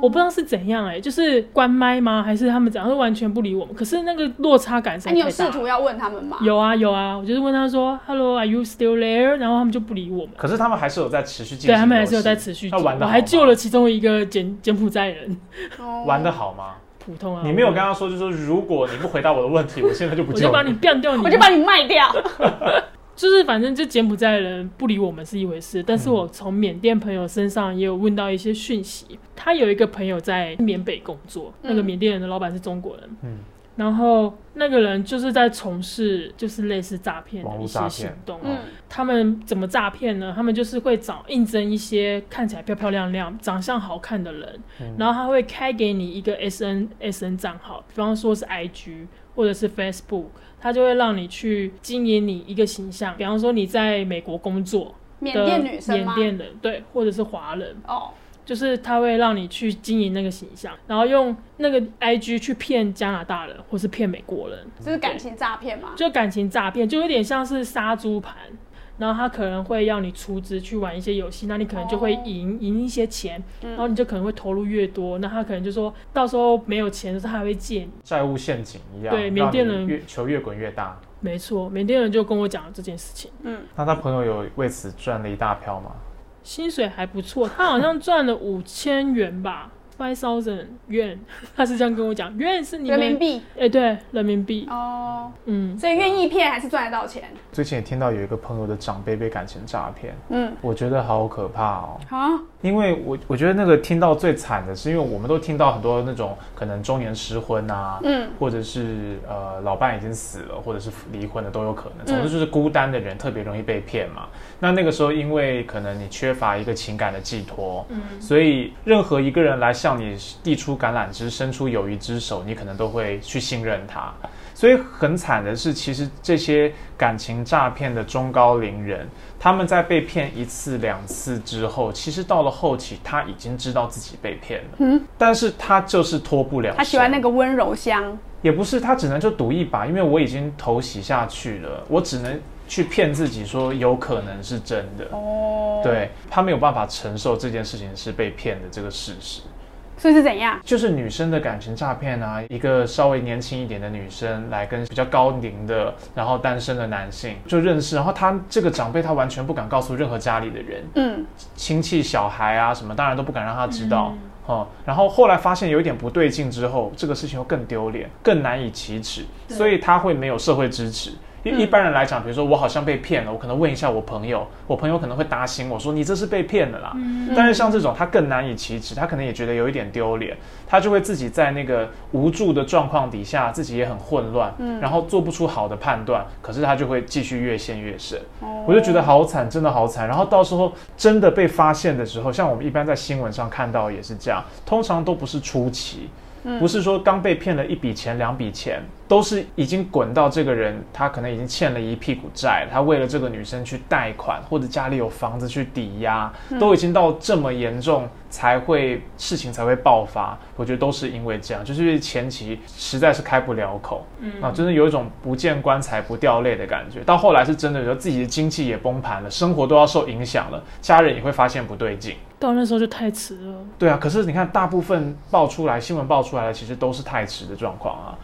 Speaker 1: 我不知道是怎样哎、就是关麦吗？还是他们怎样？就完全不理我们。可是那个落差感实
Speaker 3: 哎
Speaker 1: 在
Speaker 3: 你有
Speaker 1: 太大
Speaker 3: 试
Speaker 1: 了。
Speaker 3: 图要问他们吗？
Speaker 1: 有啊有啊，我就是问他说，Hello，Are you still there？然后他们就不理我们。
Speaker 2: 可是他们还是有在持续进行
Speaker 1: 对
Speaker 2: 游戏，
Speaker 1: 他们还是有在持续
Speaker 2: 那
Speaker 1: 做，
Speaker 2: 玩的
Speaker 1: 我还救了其中一个柬柬埔寨人，
Speaker 3: 哦
Speaker 2: 玩的好吗？
Speaker 1: 普通啊。
Speaker 2: 你没有跟他说，就是说如果你不回答我的问题，我现在就不
Speaker 1: 我，我
Speaker 2: 救
Speaker 1: 就把你变掉你，
Speaker 3: 我就把你卖掉。
Speaker 1: 就是反正就柬埔寨人不理我们是一回事，但
Speaker 2: 嗯
Speaker 1: 是我从缅甸朋友身上也有问到一些讯息。他有一个朋友在缅北工作，
Speaker 3: 嗯
Speaker 1: 那个缅甸人的老板是中国人，
Speaker 2: 嗯
Speaker 1: 然后那个人就是在从事就是类似诈骗的
Speaker 2: 网
Speaker 1: 一
Speaker 2: 络
Speaker 1: 些
Speaker 2: 诈骗
Speaker 1: 行动。啊
Speaker 2: 嗯
Speaker 3: 嗯，
Speaker 1: 他们怎么诈骗呢？他们就是会找应征一些看起来漂漂亮亮、长相好看的人，
Speaker 2: 嗯
Speaker 1: 然后他会开给你一个 S N S N 账号，比方说是 I G 或者是 Facebook，他就会让你去经营你一个形象，比方说你在美国工作
Speaker 3: 缅
Speaker 1: 的
Speaker 3: 甸女生
Speaker 1: 缅
Speaker 3: 吗？
Speaker 1: 甸人对，或者是华人，
Speaker 3: 哦，
Speaker 1: 就是他会让你去经营那个形象，然后用那个 I G 去骗加拿大人或是骗美国人，
Speaker 3: 这是感情诈骗吗？
Speaker 1: 就感情诈骗，就有点像是杀猪盘。然后他可能会要你出资去玩一些游戏，那你可能就会
Speaker 3: 哦
Speaker 1: 赢、赢一些钱，
Speaker 3: 嗯
Speaker 1: 然后你就可能会投入越多，那他可能就说到时候没有钱，他还会借你。
Speaker 2: 债务陷阱一样，
Speaker 1: 对缅甸人
Speaker 2: 让你越球越滚越大。
Speaker 1: 没错，缅甸人就跟我讲了这件事情，
Speaker 3: 嗯，
Speaker 2: 那他朋友有为此赚了一大票吗？
Speaker 1: 薪水还不错，他好像赚了五千元吧，five thousand 元，他是这样跟我讲，元是你
Speaker 3: 人民
Speaker 1: 们，
Speaker 3: 币
Speaker 1: 哎、对，人民币，
Speaker 3: 哦，
Speaker 1: 嗯，
Speaker 3: 所以愿意骗还是赚得到钱。
Speaker 2: 最近也听到有一个朋友的长辈被感情诈骗，
Speaker 3: 嗯，
Speaker 2: 我觉得好可怕哦。
Speaker 3: 啊，
Speaker 2: 因为我我觉得那个听到最惨的是，因为我们都听到很多那种可能中年失婚啊，
Speaker 3: 嗯，
Speaker 2: 或者是呃老伴已经死了，或者是离婚的都有可能。
Speaker 3: 嗯
Speaker 2: 总之就是孤单的人特别容易被骗嘛。那那个时候，因为可能你缺乏一个情感的寄托，
Speaker 1: 嗯
Speaker 2: 所以任何一个人来向你递出橄榄枝、伸出友谊之手，你可能都会去信任他。所以很惨的是，其实这些感情诈骗的中高龄人，他们在被骗一次、两次之后，其实到了后期，他已经知道自己被骗了，
Speaker 3: 嗯，
Speaker 2: 但是他就是脱不了身。
Speaker 3: 他喜欢那个温柔乡。
Speaker 2: 也不是，他只能就赌一把，因为我已经投洗下去了，我只能去骗自己说有可能是真的。
Speaker 3: 哦，
Speaker 2: 对他没有办法承受这件事情是被骗的这个事实，
Speaker 3: 所以是怎样？
Speaker 2: 就是女生的感情诈骗啊，一个稍微年轻一点的女生来跟比较高龄的，然后单身的男性就认识，然后他这个长辈他完全不敢告诉任何家里的人，
Speaker 3: 嗯，
Speaker 2: 亲戚、小孩啊什么，当然都不敢让他知道。
Speaker 1: 嗯
Speaker 2: 哦、然后后来发现有一点不对劲之后，这个事情又更丢脸，更难以启齿，
Speaker 1: 对嗯
Speaker 2: 所以他会没有社会支持。因为一般人来讲，比如说我好像被骗了，我可能问一下我朋友，我朋友可能会打醒我说你这是被骗了啦。
Speaker 1: 嗯
Speaker 2: 但是像这种他更难以启齿，他可能也觉得有一点丢脸，他就会自己在那个无助的状况底下，自己也很混乱，
Speaker 3: 嗯
Speaker 2: 然后做不出好的判断，可是他就会继续越陷越深。
Speaker 3: 哦
Speaker 2: 我就觉得好惨，真的好惨。然后到时候真的被发现的时候，像我们一般在新闻上看到也是这样，通常都不是初期，
Speaker 3: 嗯
Speaker 2: 不是说刚被骗了一笔钱、两笔钱，都是已经滚到这个人他可能已经欠了一屁股债，他为了这个女生去贷款，或者家里有房子去抵押，
Speaker 3: 嗯
Speaker 2: 都已经到这么严重才会事情才会爆发。我觉得都是因为这样，就是因为前期实在是开不了口。啊，真的有一种不见棺材不掉泪的感觉。到后来是真的，觉得自己的经济也崩盘了，生活都要受影响了，家人也会发现不对劲。
Speaker 1: 到那时候就太迟了。
Speaker 2: 对啊，可是你看，大部分爆出来新闻爆出来的，其实都是太迟的状况啊。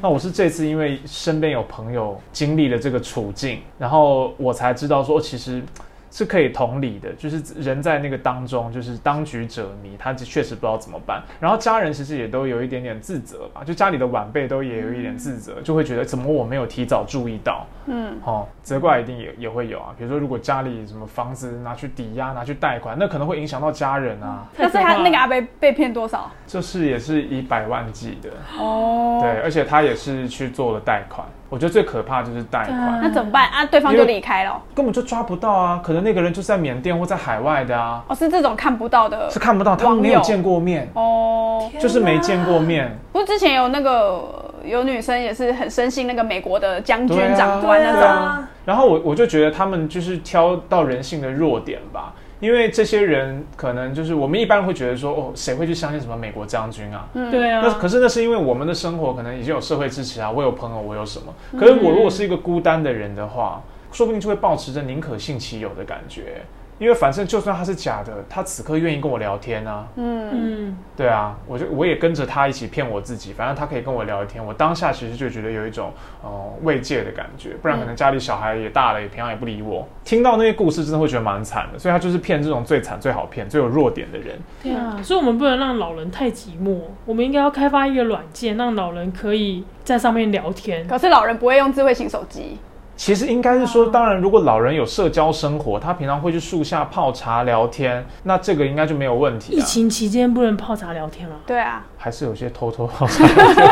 Speaker 2: 那我是这次因为身边有朋友经历了这个处境，然后我才知道说，哦其实是可以同理的，就是人在那个当中，就是当局者迷，他确实不知道怎么办。然后家人其实也都有一点点自责吧，就家里的晚辈都也有一点自责，就会觉得怎么我没有提早注意到。
Speaker 3: 嗯
Speaker 2: 哦，责怪一定也也会有啊。比如说，如果家里什么房子拿去抵押、拿去贷款，那可能会影响到家人啊。
Speaker 3: 但是他那个阿贝被骗多少？
Speaker 2: 这事也是以百万计的，
Speaker 3: 哦，
Speaker 2: 对，，而且他也是去做了贷款。我觉得最可怕就是贷款，
Speaker 3: 那怎么办啊？对方就离开了。
Speaker 2: 根本就抓不到啊，可能那个人就在缅甸或在海外的啊，
Speaker 3: 哦，是这种看不到的
Speaker 2: 是看不到，他们
Speaker 3: 网
Speaker 2: 没有
Speaker 3: 友
Speaker 2: 见过面，
Speaker 3: 哦。
Speaker 2: 就是没见过面。
Speaker 3: 不是之前有那个有女生也是很深信那个美国的将军
Speaker 2: 对啊
Speaker 3: 长官那
Speaker 2: 对
Speaker 3: 种，
Speaker 2: 啊然后我我就觉得他们就是挑到人性的弱点吧，因为这些人可能就是我们一般会觉得说，哦，谁会去相信什么美国将军啊？
Speaker 3: 嗯，
Speaker 1: 对
Speaker 2: 那
Speaker 1: 啊，
Speaker 2: 可是那是因为我们的生活可能已经有社会支持啊，我有朋友，我有什么？可是我如果是一个孤单的人的话，说不定就会保持着宁可信其有的感觉，因为反正就算他是假的，他此刻愿意跟我聊天啊，
Speaker 3: 嗯，
Speaker 1: 嗯，
Speaker 2: 对啊，我就我也跟着他一起骗我自己，反正他可以跟我聊天，我当下其实就觉得有一种呃慰藉的感觉，不然可能家里小孩也大了，也平常也不理我，听到那些故事真的会觉得蛮惨的，所以他就是骗这种最惨、最好骗、最有弱点的人。
Speaker 1: 对啊，所以我们不能让老人太寂寞，我们应该要开发一个软件，让老人可以在上面聊天。
Speaker 2: 啊
Speaker 3: 可是老人不会用智慧型手机，，
Speaker 2: 其实应该是
Speaker 1: 嗯
Speaker 2: 说，当然，如果老人有社交生活，他平常会去树下泡茶聊天，那这个应该就没有问题
Speaker 1: 疫
Speaker 2: 啊。
Speaker 1: 情期间不能泡茶聊天了
Speaker 3: 对啊，
Speaker 2: 还是有些偷偷泡
Speaker 1: (laughs)
Speaker 2: 茶，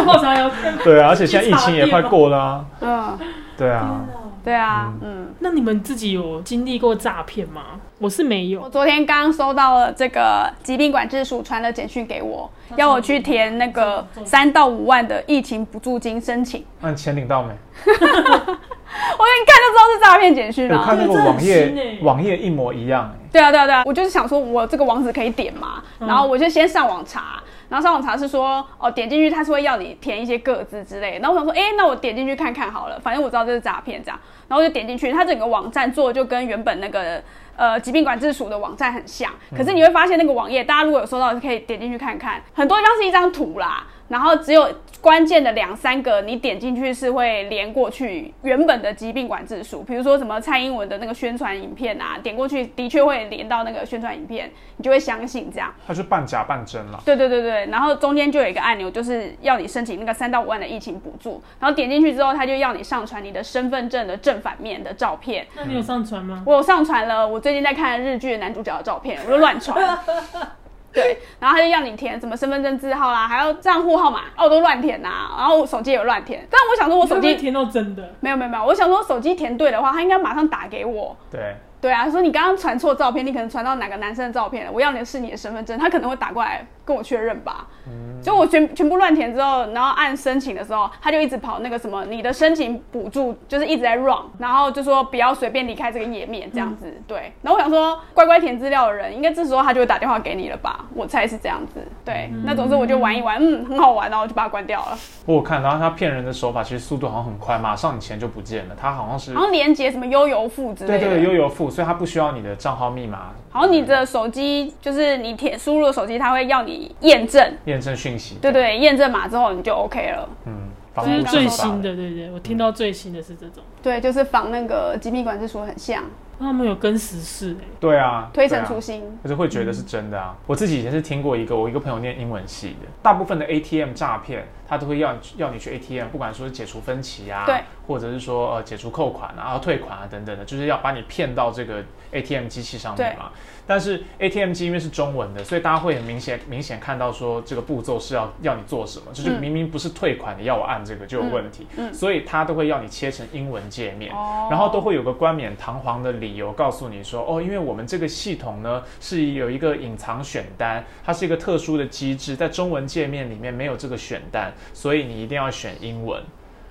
Speaker 1: 泡茶聊天。
Speaker 2: 对啊，而且现在疫情也快过了、啊，
Speaker 3: 嗯，
Speaker 2: 对啊，
Speaker 3: 对啊，嗯，
Speaker 1: 那你们自己有经历过诈骗吗？我是没
Speaker 3: 我
Speaker 1: 有。
Speaker 3: 昨天刚收到了这个疾病管制署传了简讯给我，要我去填那个三到五万的疫情补助金申请，
Speaker 2: 那你钱领到没？
Speaker 3: 我一看就知道是诈骗简讯
Speaker 2: 我
Speaker 3: 了。
Speaker 2: 看那个
Speaker 1: 这个
Speaker 2: 网
Speaker 1: 很新
Speaker 2: 页
Speaker 1: 啊欸，
Speaker 2: 网页一模一样、欸，
Speaker 3: 对啊，对啊，对啊，我就是想说，我这个网址可以点嘛，
Speaker 1: 嗯
Speaker 3: 然后我就先上网查，然后上网查是说，哦，点进去它是会要你填一些个资之类的，然后我想说，哎，那我点进去看看好了，反正我知道这是诈骗这样，然后我就点进去，它整个网站做的就跟原本那个呃疾病管制署的网站很像，可是你会发现那个网页，大家如果有收到，可以点进去看看，很多地方是一张图啦，然后只有关键的两三个，你点进去是会连过去原本的疾病管制署，比如说什么蔡英文的那个宣传影片啊，点过去的确会连到那个宣传影片，你就会相信这样。
Speaker 2: 它就半假半真了。
Speaker 3: 对对对对，然后中间就有一个按钮，就是要你申请那个三到五万的疫情补助，然后点进去之后，他就要你上传你的身份证的正反面的照片。
Speaker 1: 那你有上传吗？
Speaker 3: 我有上传了我最近在看的日剧的男主角的照片，我就乱传。对，然后他就要你填什么身份证字号啦、还有账户号码，哦，我都乱填呐、然后我手机也乱填。但我想说，我
Speaker 1: 我
Speaker 3: 手机
Speaker 1: 填到真的，
Speaker 3: 没有没有没有，我想说手机填对的话，他应该马上打给我。
Speaker 2: 对，
Speaker 3: 对啊，说你刚刚传错照片，你可能传到哪个男生的照片了，我要的是你的身份证，他可能会打过来跟我确认吧。
Speaker 2: 嗯
Speaker 3: 就我全全部乱填之后，然后按申请的时候，他就一直跑那个什么你的申请补助，就是一直在 run，然后就说不要随便离开这个页面这样子。
Speaker 2: 嗯
Speaker 3: 对，然后我想说乖乖填资料的人，应该这时候他就会打电话给你了吧？我猜是这样子。对，那总之我就玩一玩，嗯，很好玩，然后我就把它关掉了。
Speaker 2: 我有看，然后他骗人的手法其实速度好像很快，马上你钱就不见了。他好像是
Speaker 1: 啊
Speaker 3: 然后连接什么悠游付之类
Speaker 2: 对
Speaker 3: 的，
Speaker 2: 对悠游付，所以他不需要你的账号密码。
Speaker 3: 好，你的手机就是你填输入的手机，它会要你你验证，
Speaker 2: 验证讯息，
Speaker 3: 对，对，验证码之后你就 OK 了。
Speaker 2: 嗯，防
Speaker 1: 这是
Speaker 2: 护
Speaker 1: 最
Speaker 2: 手法
Speaker 1: 新，的，对不对？我听到最新的是这种，
Speaker 3: 对，就是仿那个疾病管制署很像，
Speaker 1: 他们有跟时事哎、
Speaker 2: 对啊，
Speaker 3: 推
Speaker 2: 对
Speaker 3: 陈
Speaker 2: 啊
Speaker 3: 出新。
Speaker 2: 可是会觉得是真的啊。我自己以前是听过一个，我一个朋友念英文系的，大部分的 ATM 诈骗，他都会要你去要你去 ATM，不管说是解除分歧啊，
Speaker 3: 对，
Speaker 2: 或者是说呃解除扣款啊、退款啊等等的，就是要把你骗到这个 ATM 机器上面
Speaker 3: 对
Speaker 2: 嘛。但是 ATM 机因为是中文的，所以大家会很明显明显看到说这个步骤是要要你做什么，就是
Speaker 3: 嗯
Speaker 2: 明明不是退款，你要我按这个就有问题，
Speaker 3: 嗯嗯
Speaker 2: 所以他都会要你切成英文界面。
Speaker 3: 哦
Speaker 2: 啊然后都会有个冠冕堂皇的理由告诉你说，哦，因为我们这个系统呢是有一个隐藏选单，它是一个特殊的机制，在中文界面里面没有这个选单，所以你一定要选英文。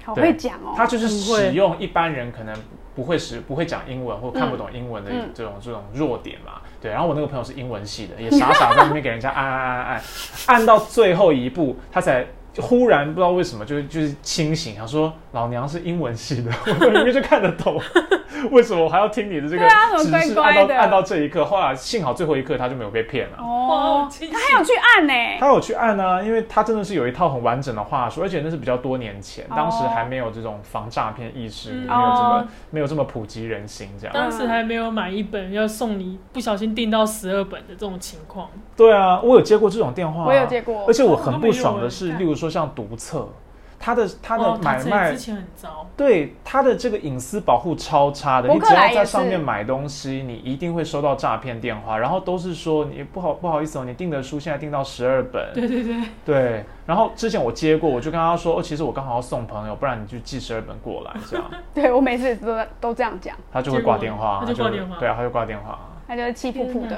Speaker 3: 好
Speaker 2: 对
Speaker 3: 会讲哦。
Speaker 2: 它就是
Speaker 1: 不会
Speaker 2: 使用一般人可能不会使不会讲英文或看不懂英文的
Speaker 3: 嗯
Speaker 2: 这种、这种弱点嘛。对，然后我那个朋友是英文系的，也傻傻在那边给人家按按按按按，按到最后一步，他才忽然不知道为什么就就是清醒，他说老娘是英文系
Speaker 3: (laughs)
Speaker 2: 的，我明明就看得懂，为什么我还要听你的这个
Speaker 3: 对啊
Speaker 2: 指
Speaker 3: 很
Speaker 2: 示？
Speaker 3: 乖乖
Speaker 2: 按
Speaker 3: 的
Speaker 2: 到按到这一刻，后来幸好最后一刻他就没有被骗了。
Speaker 3: 哦，
Speaker 1: 清
Speaker 3: 他还有去按呢、
Speaker 2: 他有去按啊，因为他真的是有一套很完整的话术，而且那是比较多年前，
Speaker 3: 哦
Speaker 2: 当时还没有这种防诈骗意识，
Speaker 1: 嗯
Speaker 2: 没有这么、
Speaker 3: 哦嗯
Speaker 2: 没有这么普及人心这样。
Speaker 1: 当时还没有买一本，要送你不小心订到十二本的这种情况，
Speaker 2: 对啊，我有接过这种电话、
Speaker 3: 我有接过
Speaker 2: 而且我很不爽的
Speaker 1: 哦都
Speaker 2: 是，
Speaker 1: 没有
Speaker 2: 例如说像毒册，他的他的
Speaker 1: 哦
Speaker 2: 买
Speaker 1: 这
Speaker 2: 卖
Speaker 1: 之前很糟，
Speaker 2: 对它的这个隐私保护超差的，
Speaker 3: 博
Speaker 2: 你
Speaker 3: 客
Speaker 2: 只要
Speaker 3: 来也
Speaker 2: 在上
Speaker 3: 是
Speaker 2: 面买东西，你一定会收到诈骗电话，然后都是说你不好不好意思哦，你订的书现在订到十二本，
Speaker 1: 对对对，
Speaker 2: 对，然后之前我接过，我就跟他说，哦，其实我刚好要送朋友，不然你就寄十二本过来，
Speaker 1: (laughs)
Speaker 2: 这样
Speaker 3: 对我每次都都这样讲，
Speaker 2: 他就会挂电话，
Speaker 1: 结果他就挂电话
Speaker 2: 对啊，他就挂电话。
Speaker 3: 他就是气噗噗
Speaker 1: 天哪。
Speaker 3: 的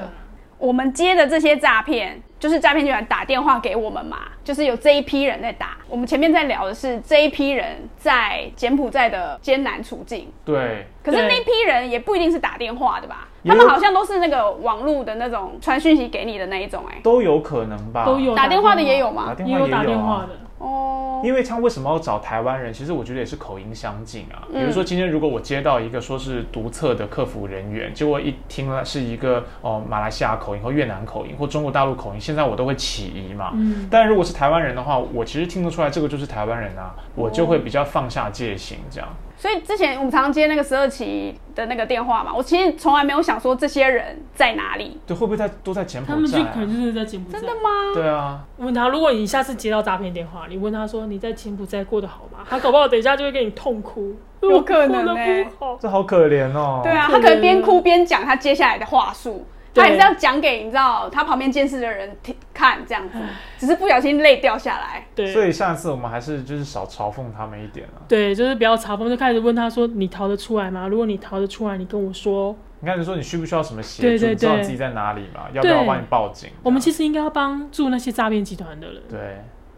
Speaker 3: 我们接的这些诈骗，就是诈骗集团打电话给我们嘛，就是有这一批人在打。我们前面在聊的是这一批人在柬埔寨的艰难处境，
Speaker 2: 对，
Speaker 3: 可是
Speaker 1: 对
Speaker 3: 那批人也不一定是打电话的吧？
Speaker 2: 也
Speaker 3: 他
Speaker 2: 有
Speaker 3: 们好像都是那个网络的那种传讯息给你的那一种、哎，
Speaker 2: 都有可能吧，
Speaker 1: 都有
Speaker 3: 打电话的也有
Speaker 2: 打
Speaker 3: 吗？
Speaker 2: 电
Speaker 1: 也
Speaker 2: 话
Speaker 1: 有
Speaker 2: 也
Speaker 1: 打电
Speaker 2: 啊
Speaker 1: 话。的，
Speaker 3: 哦，
Speaker 2: 因为他为什么要找台湾人？其实我觉得也是口音相近啊。比
Speaker 3: 嗯
Speaker 2: 如说今天如果我接到一个说是独测的客服人员，结果一听了是一个哦马来西亚口音或越南口音或中国大陆口音，现在我都会起疑嘛。
Speaker 1: 嗯，
Speaker 2: 但如果是台湾人的话，我其实听得出来这个就是台湾人
Speaker 1: 嗯
Speaker 2: 啊，我就会比较放下戒心这样。
Speaker 3: 所以之前我们常常接那个十二期的那个电话嘛，我其实从来没有想说这些人在哪里，
Speaker 2: 对，会不会在都在柬
Speaker 1: 他
Speaker 2: 埔
Speaker 1: 们
Speaker 2: 寨、
Speaker 1: 就
Speaker 2: 啊
Speaker 1: 可？能就是在柬埔寨
Speaker 3: 真的。吗？
Speaker 2: 对啊，
Speaker 1: 问他，如果你下次接到诈骗电话，你问他说你在柬埔寨过得好吗？他搞不好等一下就会跟你痛哭，
Speaker 3: 有可能
Speaker 1: 我过
Speaker 3: 欸
Speaker 1: 得不好。
Speaker 2: 这好可怜哦。
Speaker 3: 对啊，
Speaker 1: 可
Speaker 3: 他
Speaker 1: 能
Speaker 3: 可能边哭边讲他接下来的话术，他
Speaker 1: 对
Speaker 3: 还是要讲给你知道他旁边监视的人听看这样子，只是不小心泪掉下来。
Speaker 2: 所
Speaker 1: 对
Speaker 2: 以下次我们还是就是少嘲讽他们一点啊。
Speaker 1: 对，就是不要嘲讽，就开始问他说你逃得出来吗？如果你逃得出来，你跟我说哦。
Speaker 2: 你看，你说你需不需要什么协助？
Speaker 1: 对对
Speaker 2: 你知道
Speaker 1: 对
Speaker 2: 自己在哪里嘛？要不要
Speaker 1: 对
Speaker 2: 帮你报警？
Speaker 1: 我们其
Speaker 2: 实
Speaker 1: 实应该要帮助那些诈骗集团的人。
Speaker 2: 对，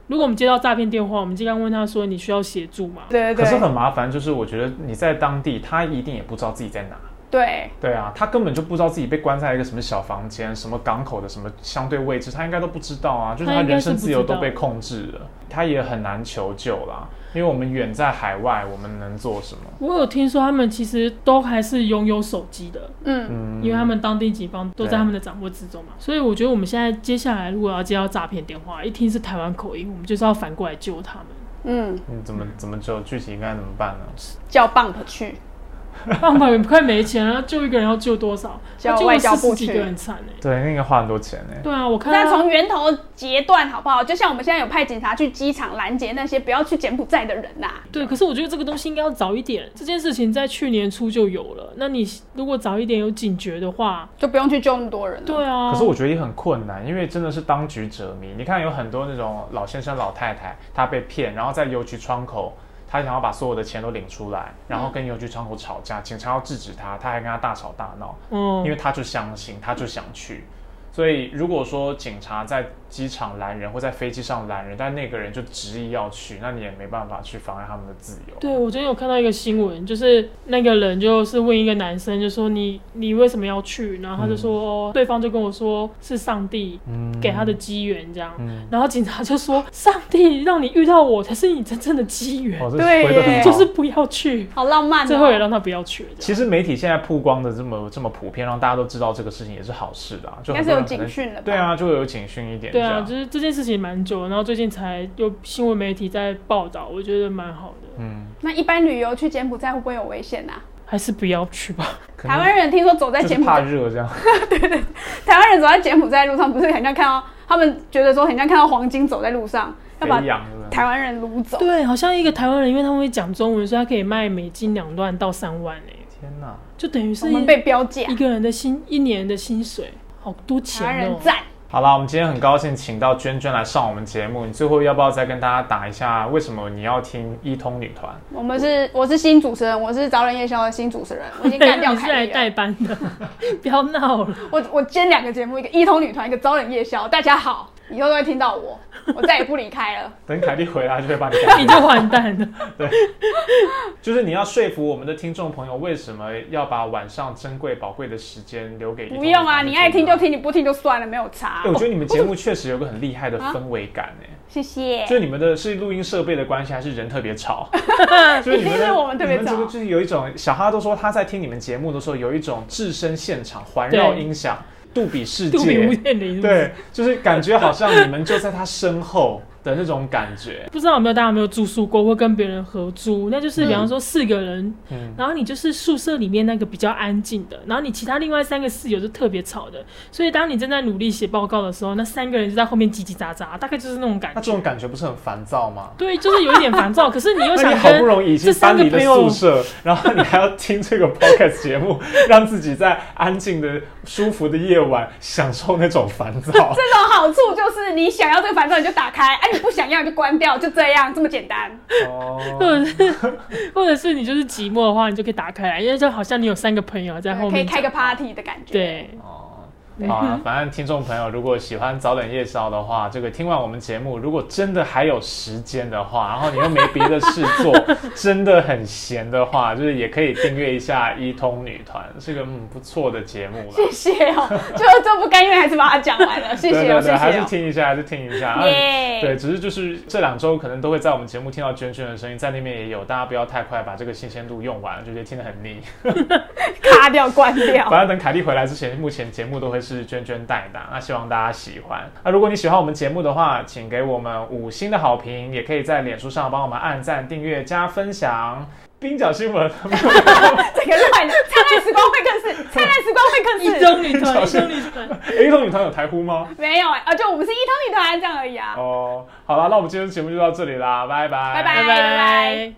Speaker 1: 如果我们接到诈骗电话，我们尽量问他说你需要协助吗？
Speaker 3: 对
Speaker 2: 可
Speaker 3: 对
Speaker 2: 是
Speaker 3: 对，
Speaker 2: 很麻烦，就是我觉得你在当地，他一定也不知道自己在哪。
Speaker 3: 对
Speaker 2: 对啊，他根本就不知道自己被关在一个什么小房间、什么港口的什么相对位置，他应该都不知道啊。就是
Speaker 1: 他
Speaker 2: 他
Speaker 1: 应该
Speaker 2: 人
Speaker 1: 是
Speaker 2: 身自由
Speaker 1: 不知
Speaker 2: 都
Speaker 1: 道
Speaker 2: 被控制了，他也很难求救啦。因为我们远在海外，我们能做什么？
Speaker 1: 我有听说他们其实都还是拥有手机的，
Speaker 3: 嗯，
Speaker 2: 嗯，
Speaker 1: 因为他们当地警方都在
Speaker 2: 对
Speaker 1: 他们的掌握之中嘛。所以我觉得我们现在接下来如果要接到诈骗电话，一听是台湾口音，我们就是要反过来救他们。
Speaker 3: 嗯，
Speaker 2: 你怎么怎么救？具体应该怎么办呢？
Speaker 3: 叫 Bump 去，
Speaker 1: 棒棒也快没钱了，救一个人要救多少？
Speaker 3: 叫
Speaker 1: 他救
Speaker 3: 外
Speaker 1: 了
Speaker 3: 交
Speaker 1: 四
Speaker 3: 部
Speaker 1: 十几
Speaker 3: 去
Speaker 1: 个人惨哎、
Speaker 2: 对，那个花很多钱呢、
Speaker 1: 对啊，我看
Speaker 3: 但
Speaker 1: 到
Speaker 3: 从源头截断好不好？就像我们现在有派警察去机场拦截那些不要去柬埔寨的人呐、
Speaker 1: 对，可是我觉得这个东西应该要早一点。这件事情在去年初就有了，那你如果早一点有警觉的话，
Speaker 3: 就不用去救那么多人了。
Speaker 1: 对啊。
Speaker 2: 可是我觉得也很困难，因为真的是当局者迷。你看，有很多那种老先生、老太太，他被骗，然后在邮局窗口，他想要把所有的钱都领出来，然
Speaker 1: 嗯
Speaker 2: 后跟邮局窗口吵架，警察要制止他，他还跟他大吵大闹，
Speaker 1: 嗯
Speaker 2: 因为他就相信，他就想去。所以，如果说警察在机场拦人或在飞机上拦人，但那个人就执意要去，那你也没办法去妨碍他们的自由。
Speaker 1: 对，我昨天有看到一个新闻，就是那个人就是问一个男生，就说你你为什么要去？然后他就说，哦对方就跟我说是上帝
Speaker 2: 嗯
Speaker 1: 给他的机缘这样。
Speaker 2: 嗯，
Speaker 1: 然后警察就说，上帝让你遇到我才是你真正的机缘，
Speaker 2: 哦，这
Speaker 3: 对
Speaker 2: 回得很
Speaker 3: 耶
Speaker 2: 好
Speaker 1: 就是不要去。
Speaker 3: 好浪漫、哦。
Speaker 1: 最后也让他不要去了这样。
Speaker 2: 其实媒体现在曝光的这么这么普遍，让大家都知道这个事情也是好事的、啊，就
Speaker 3: 应
Speaker 2: 很
Speaker 3: 该是
Speaker 2: 多
Speaker 3: 有
Speaker 2: 人可能
Speaker 3: 警讯了吧？
Speaker 2: 对，啊，就会有警讯一点这
Speaker 1: 对啊，
Speaker 2: 样。
Speaker 1: 就是这件事情蛮久了，然后最近才有新闻媒体在报道，我觉得蛮好的，
Speaker 2: 嗯，
Speaker 3: 那一般旅游去柬埔寨会不会有危险啊？
Speaker 1: 还是不要去吧。
Speaker 2: 可能
Speaker 3: 台湾人听说走在
Speaker 2: 嗯就是
Speaker 3: 柬埔
Speaker 2: 怕
Speaker 3: 寨，
Speaker 2: 热
Speaker 3: (laughs)
Speaker 2: 这样。
Speaker 3: 台湾人走在柬埔寨路上，不是很像看到他们觉得说很像看到黄金走在路上，要把
Speaker 2: 培养是不是
Speaker 3: 台湾人掳
Speaker 1: (laughs)
Speaker 3: 走。
Speaker 1: 对，好像一个台湾人，因为他们会讲中文，所以他可以卖美金两万到三万欸诶、
Speaker 2: 天哪，
Speaker 1: 就等于是
Speaker 3: 我们被标价
Speaker 1: 一，个人的薪一年的薪水，好多
Speaker 3: 台
Speaker 1: 钱
Speaker 3: 湾
Speaker 1: 哦、
Speaker 3: 人赞。
Speaker 2: 好啦，我们今天很高兴请到娟娟来上我们节目。你最后要不要再跟大家打一下，为什么你要听一通女团？
Speaker 3: 我们是我是新主持人，我是早冷夜宵的新主持人，我已经干
Speaker 1: 对，
Speaker 3: 掉
Speaker 1: 你是
Speaker 3: 凯
Speaker 1: 来
Speaker 3: 莉了。
Speaker 1: 代班的， (laughs) 不要闹了。
Speaker 3: 我我兼两个节目，一个一通女团，一个早冷夜宵。大家好，以后都会听到我，我再也不离
Speaker 2: (laughs)
Speaker 3: 开了。
Speaker 2: 等凯莉回来就会把你干
Speaker 1: 你
Speaker 3: (laughs)
Speaker 2: 掉。
Speaker 1: 就完蛋了。
Speaker 2: 就是你要说服我们的听众朋友，为什么要把晚上珍贵宝贵的时间留给一通
Speaker 3: 不
Speaker 2: 女团
Speaker 3: 用啊，
Speaker 2: 去
Speaker 3: 你爱听就啊
Speaker 2: 呢。
Speaker 3: 听，你不听就算了，没有差
Speaker 2: 哎。我觉得你们节目确实有个很厉害的
Speaker 3: 啊
Speaker 2: 氛围感哎、
Speaker 3: 谢谢。
Speaker 2: 就是你们的是录音设备的关系，还是人特别
Speaker 3: (laughs)
Speaker 2: 吵？就是你
Speaker 3: 一
Speaker 2: 们
Speaker 3: 定是
Speaker 2: 的
Speaker 3: 我们特别
Speaker 2: 你们这个
Speaker 3: 吵
Speaker 2: 就是有一种小哈都说他在听你们节目的时候，有一种置身现场，环绕
Speaker 1: 对
Speaker 2: 音响，杜比
Speaker 1: (laughs)
Speaker 2: 世
Speaker 1: 杜比无
Speaker 2: 界，
Speaker 1: 限林，，
Speaker 2: 对，就是感觉好像你们就在他身后的那种感觉。
Speaker 1: 不知道有没有大家有没有住宿过，或跟别人合租？那就是比方说四个人，
Speaker 2: 嗯，
Speaker 1: 然后你就是宿舍里面那个比较安静的，然后你其他另外三个室友是特别吵的。所以当你正在努力写报告的时候，那三个人就在后面叽叽喳喳，大概就是那种感
Speaker 2: 那
Speaker 1: 觉。
Speaker 2: 这种感觉不是很烦躁吗？
Speaker 1: 对，就是有一点烦
Speaker 2: (laughs)
Speaker 1: 躁，可是你又
Speaker 2: 那你
Speaker 1: 想
Speaker 2: 好不
Speaker 1: 跟
Speaker 2: 容易已
Speaker 1: 这
Speaker 2: 经
Speaker 1: 三
Speaker 2: 搬
Speaker 1: 个
Speaker 2: 离了
Speaker 1: 朋
Speaker 2: 宿
Speaker 1: 友，
Speaker 2: 舍，然后你还要听这个 podcast 节目，让自己在安静的、舒服的夜晚享受那种烦躁。
Speaker 3: 这种好处就是你想要这个烦躁你就打开，哎、你不想要你就关掉，就这样，这么简单。
Speaker 2: 哦，
Speaker 1: 或者是 (laughs) 或者是你就是寂寞的话，你就可以打开来，因为就好像你有三个朋友在后面
Speaker 3: 可以开个
Speaker 1: 讲
Speaker 3: party 的感觉。，
Speaker 1: 对。
Speaker 2: 好啊，反正听众朋友如果喜欢早点夜宵的话，这个听完我们节目，如果真的还有时间的话，然后你又没别的事
Speaker 3: (laughs)
Speaker 2: 做，真的很闲的话，就是也可以订阅一下一通女团，是个嗯不错的节目了。
Speaker 3: 谢谢哦、就是这不甘愿还是把它讲完了，谢
Speaker 2: 对
Speaker 3: 谢
Speaker 2: 对
Speaker 3: 哦、
Speaker 2: 对，还
Speaker 3: 谢谢
Speaker 2: 是
Speaker 3: 哦、
Speaker 2: 听一下，还是听一下。啊
Speaker 3: 耶
Speaker 2: 对，只是就是这两周可能都会在我们节目听到娟娟的声音，在那边也有，大家不要太快把这个新鲜度用完，就觉得听得很腻。
Speaker 3: 卡掉关掉。
Speaker 2: 反正等凯莉回来之前，目前节目都会是娟娟代打，那希望大家喜欢。那如果你喜欢我们节目的话，请给我们五星的好评，也可以在脸书上帮我们按赞、订阅、加分享。冰角新闻， (laughs)
Speaker 3: 这个乱的，灿烂时光会更是，灿烂时光会更
Speaker 1: 一
Speaker 3: 是。
Speaker 1: 中女
Speaker 2: (laughs)
Speaker 1: 团，一中女团。
Speaker 2: A 通女团有台呼吗？
Speaker 3: 没有哎、啊，就我们是一通一团这样而已啊。
Speaker 2: 哦，好啦，那我们今天的节目就到这里啦，拜拜，
Speaker 3: 拜拜
Speaker 1: 拜拜。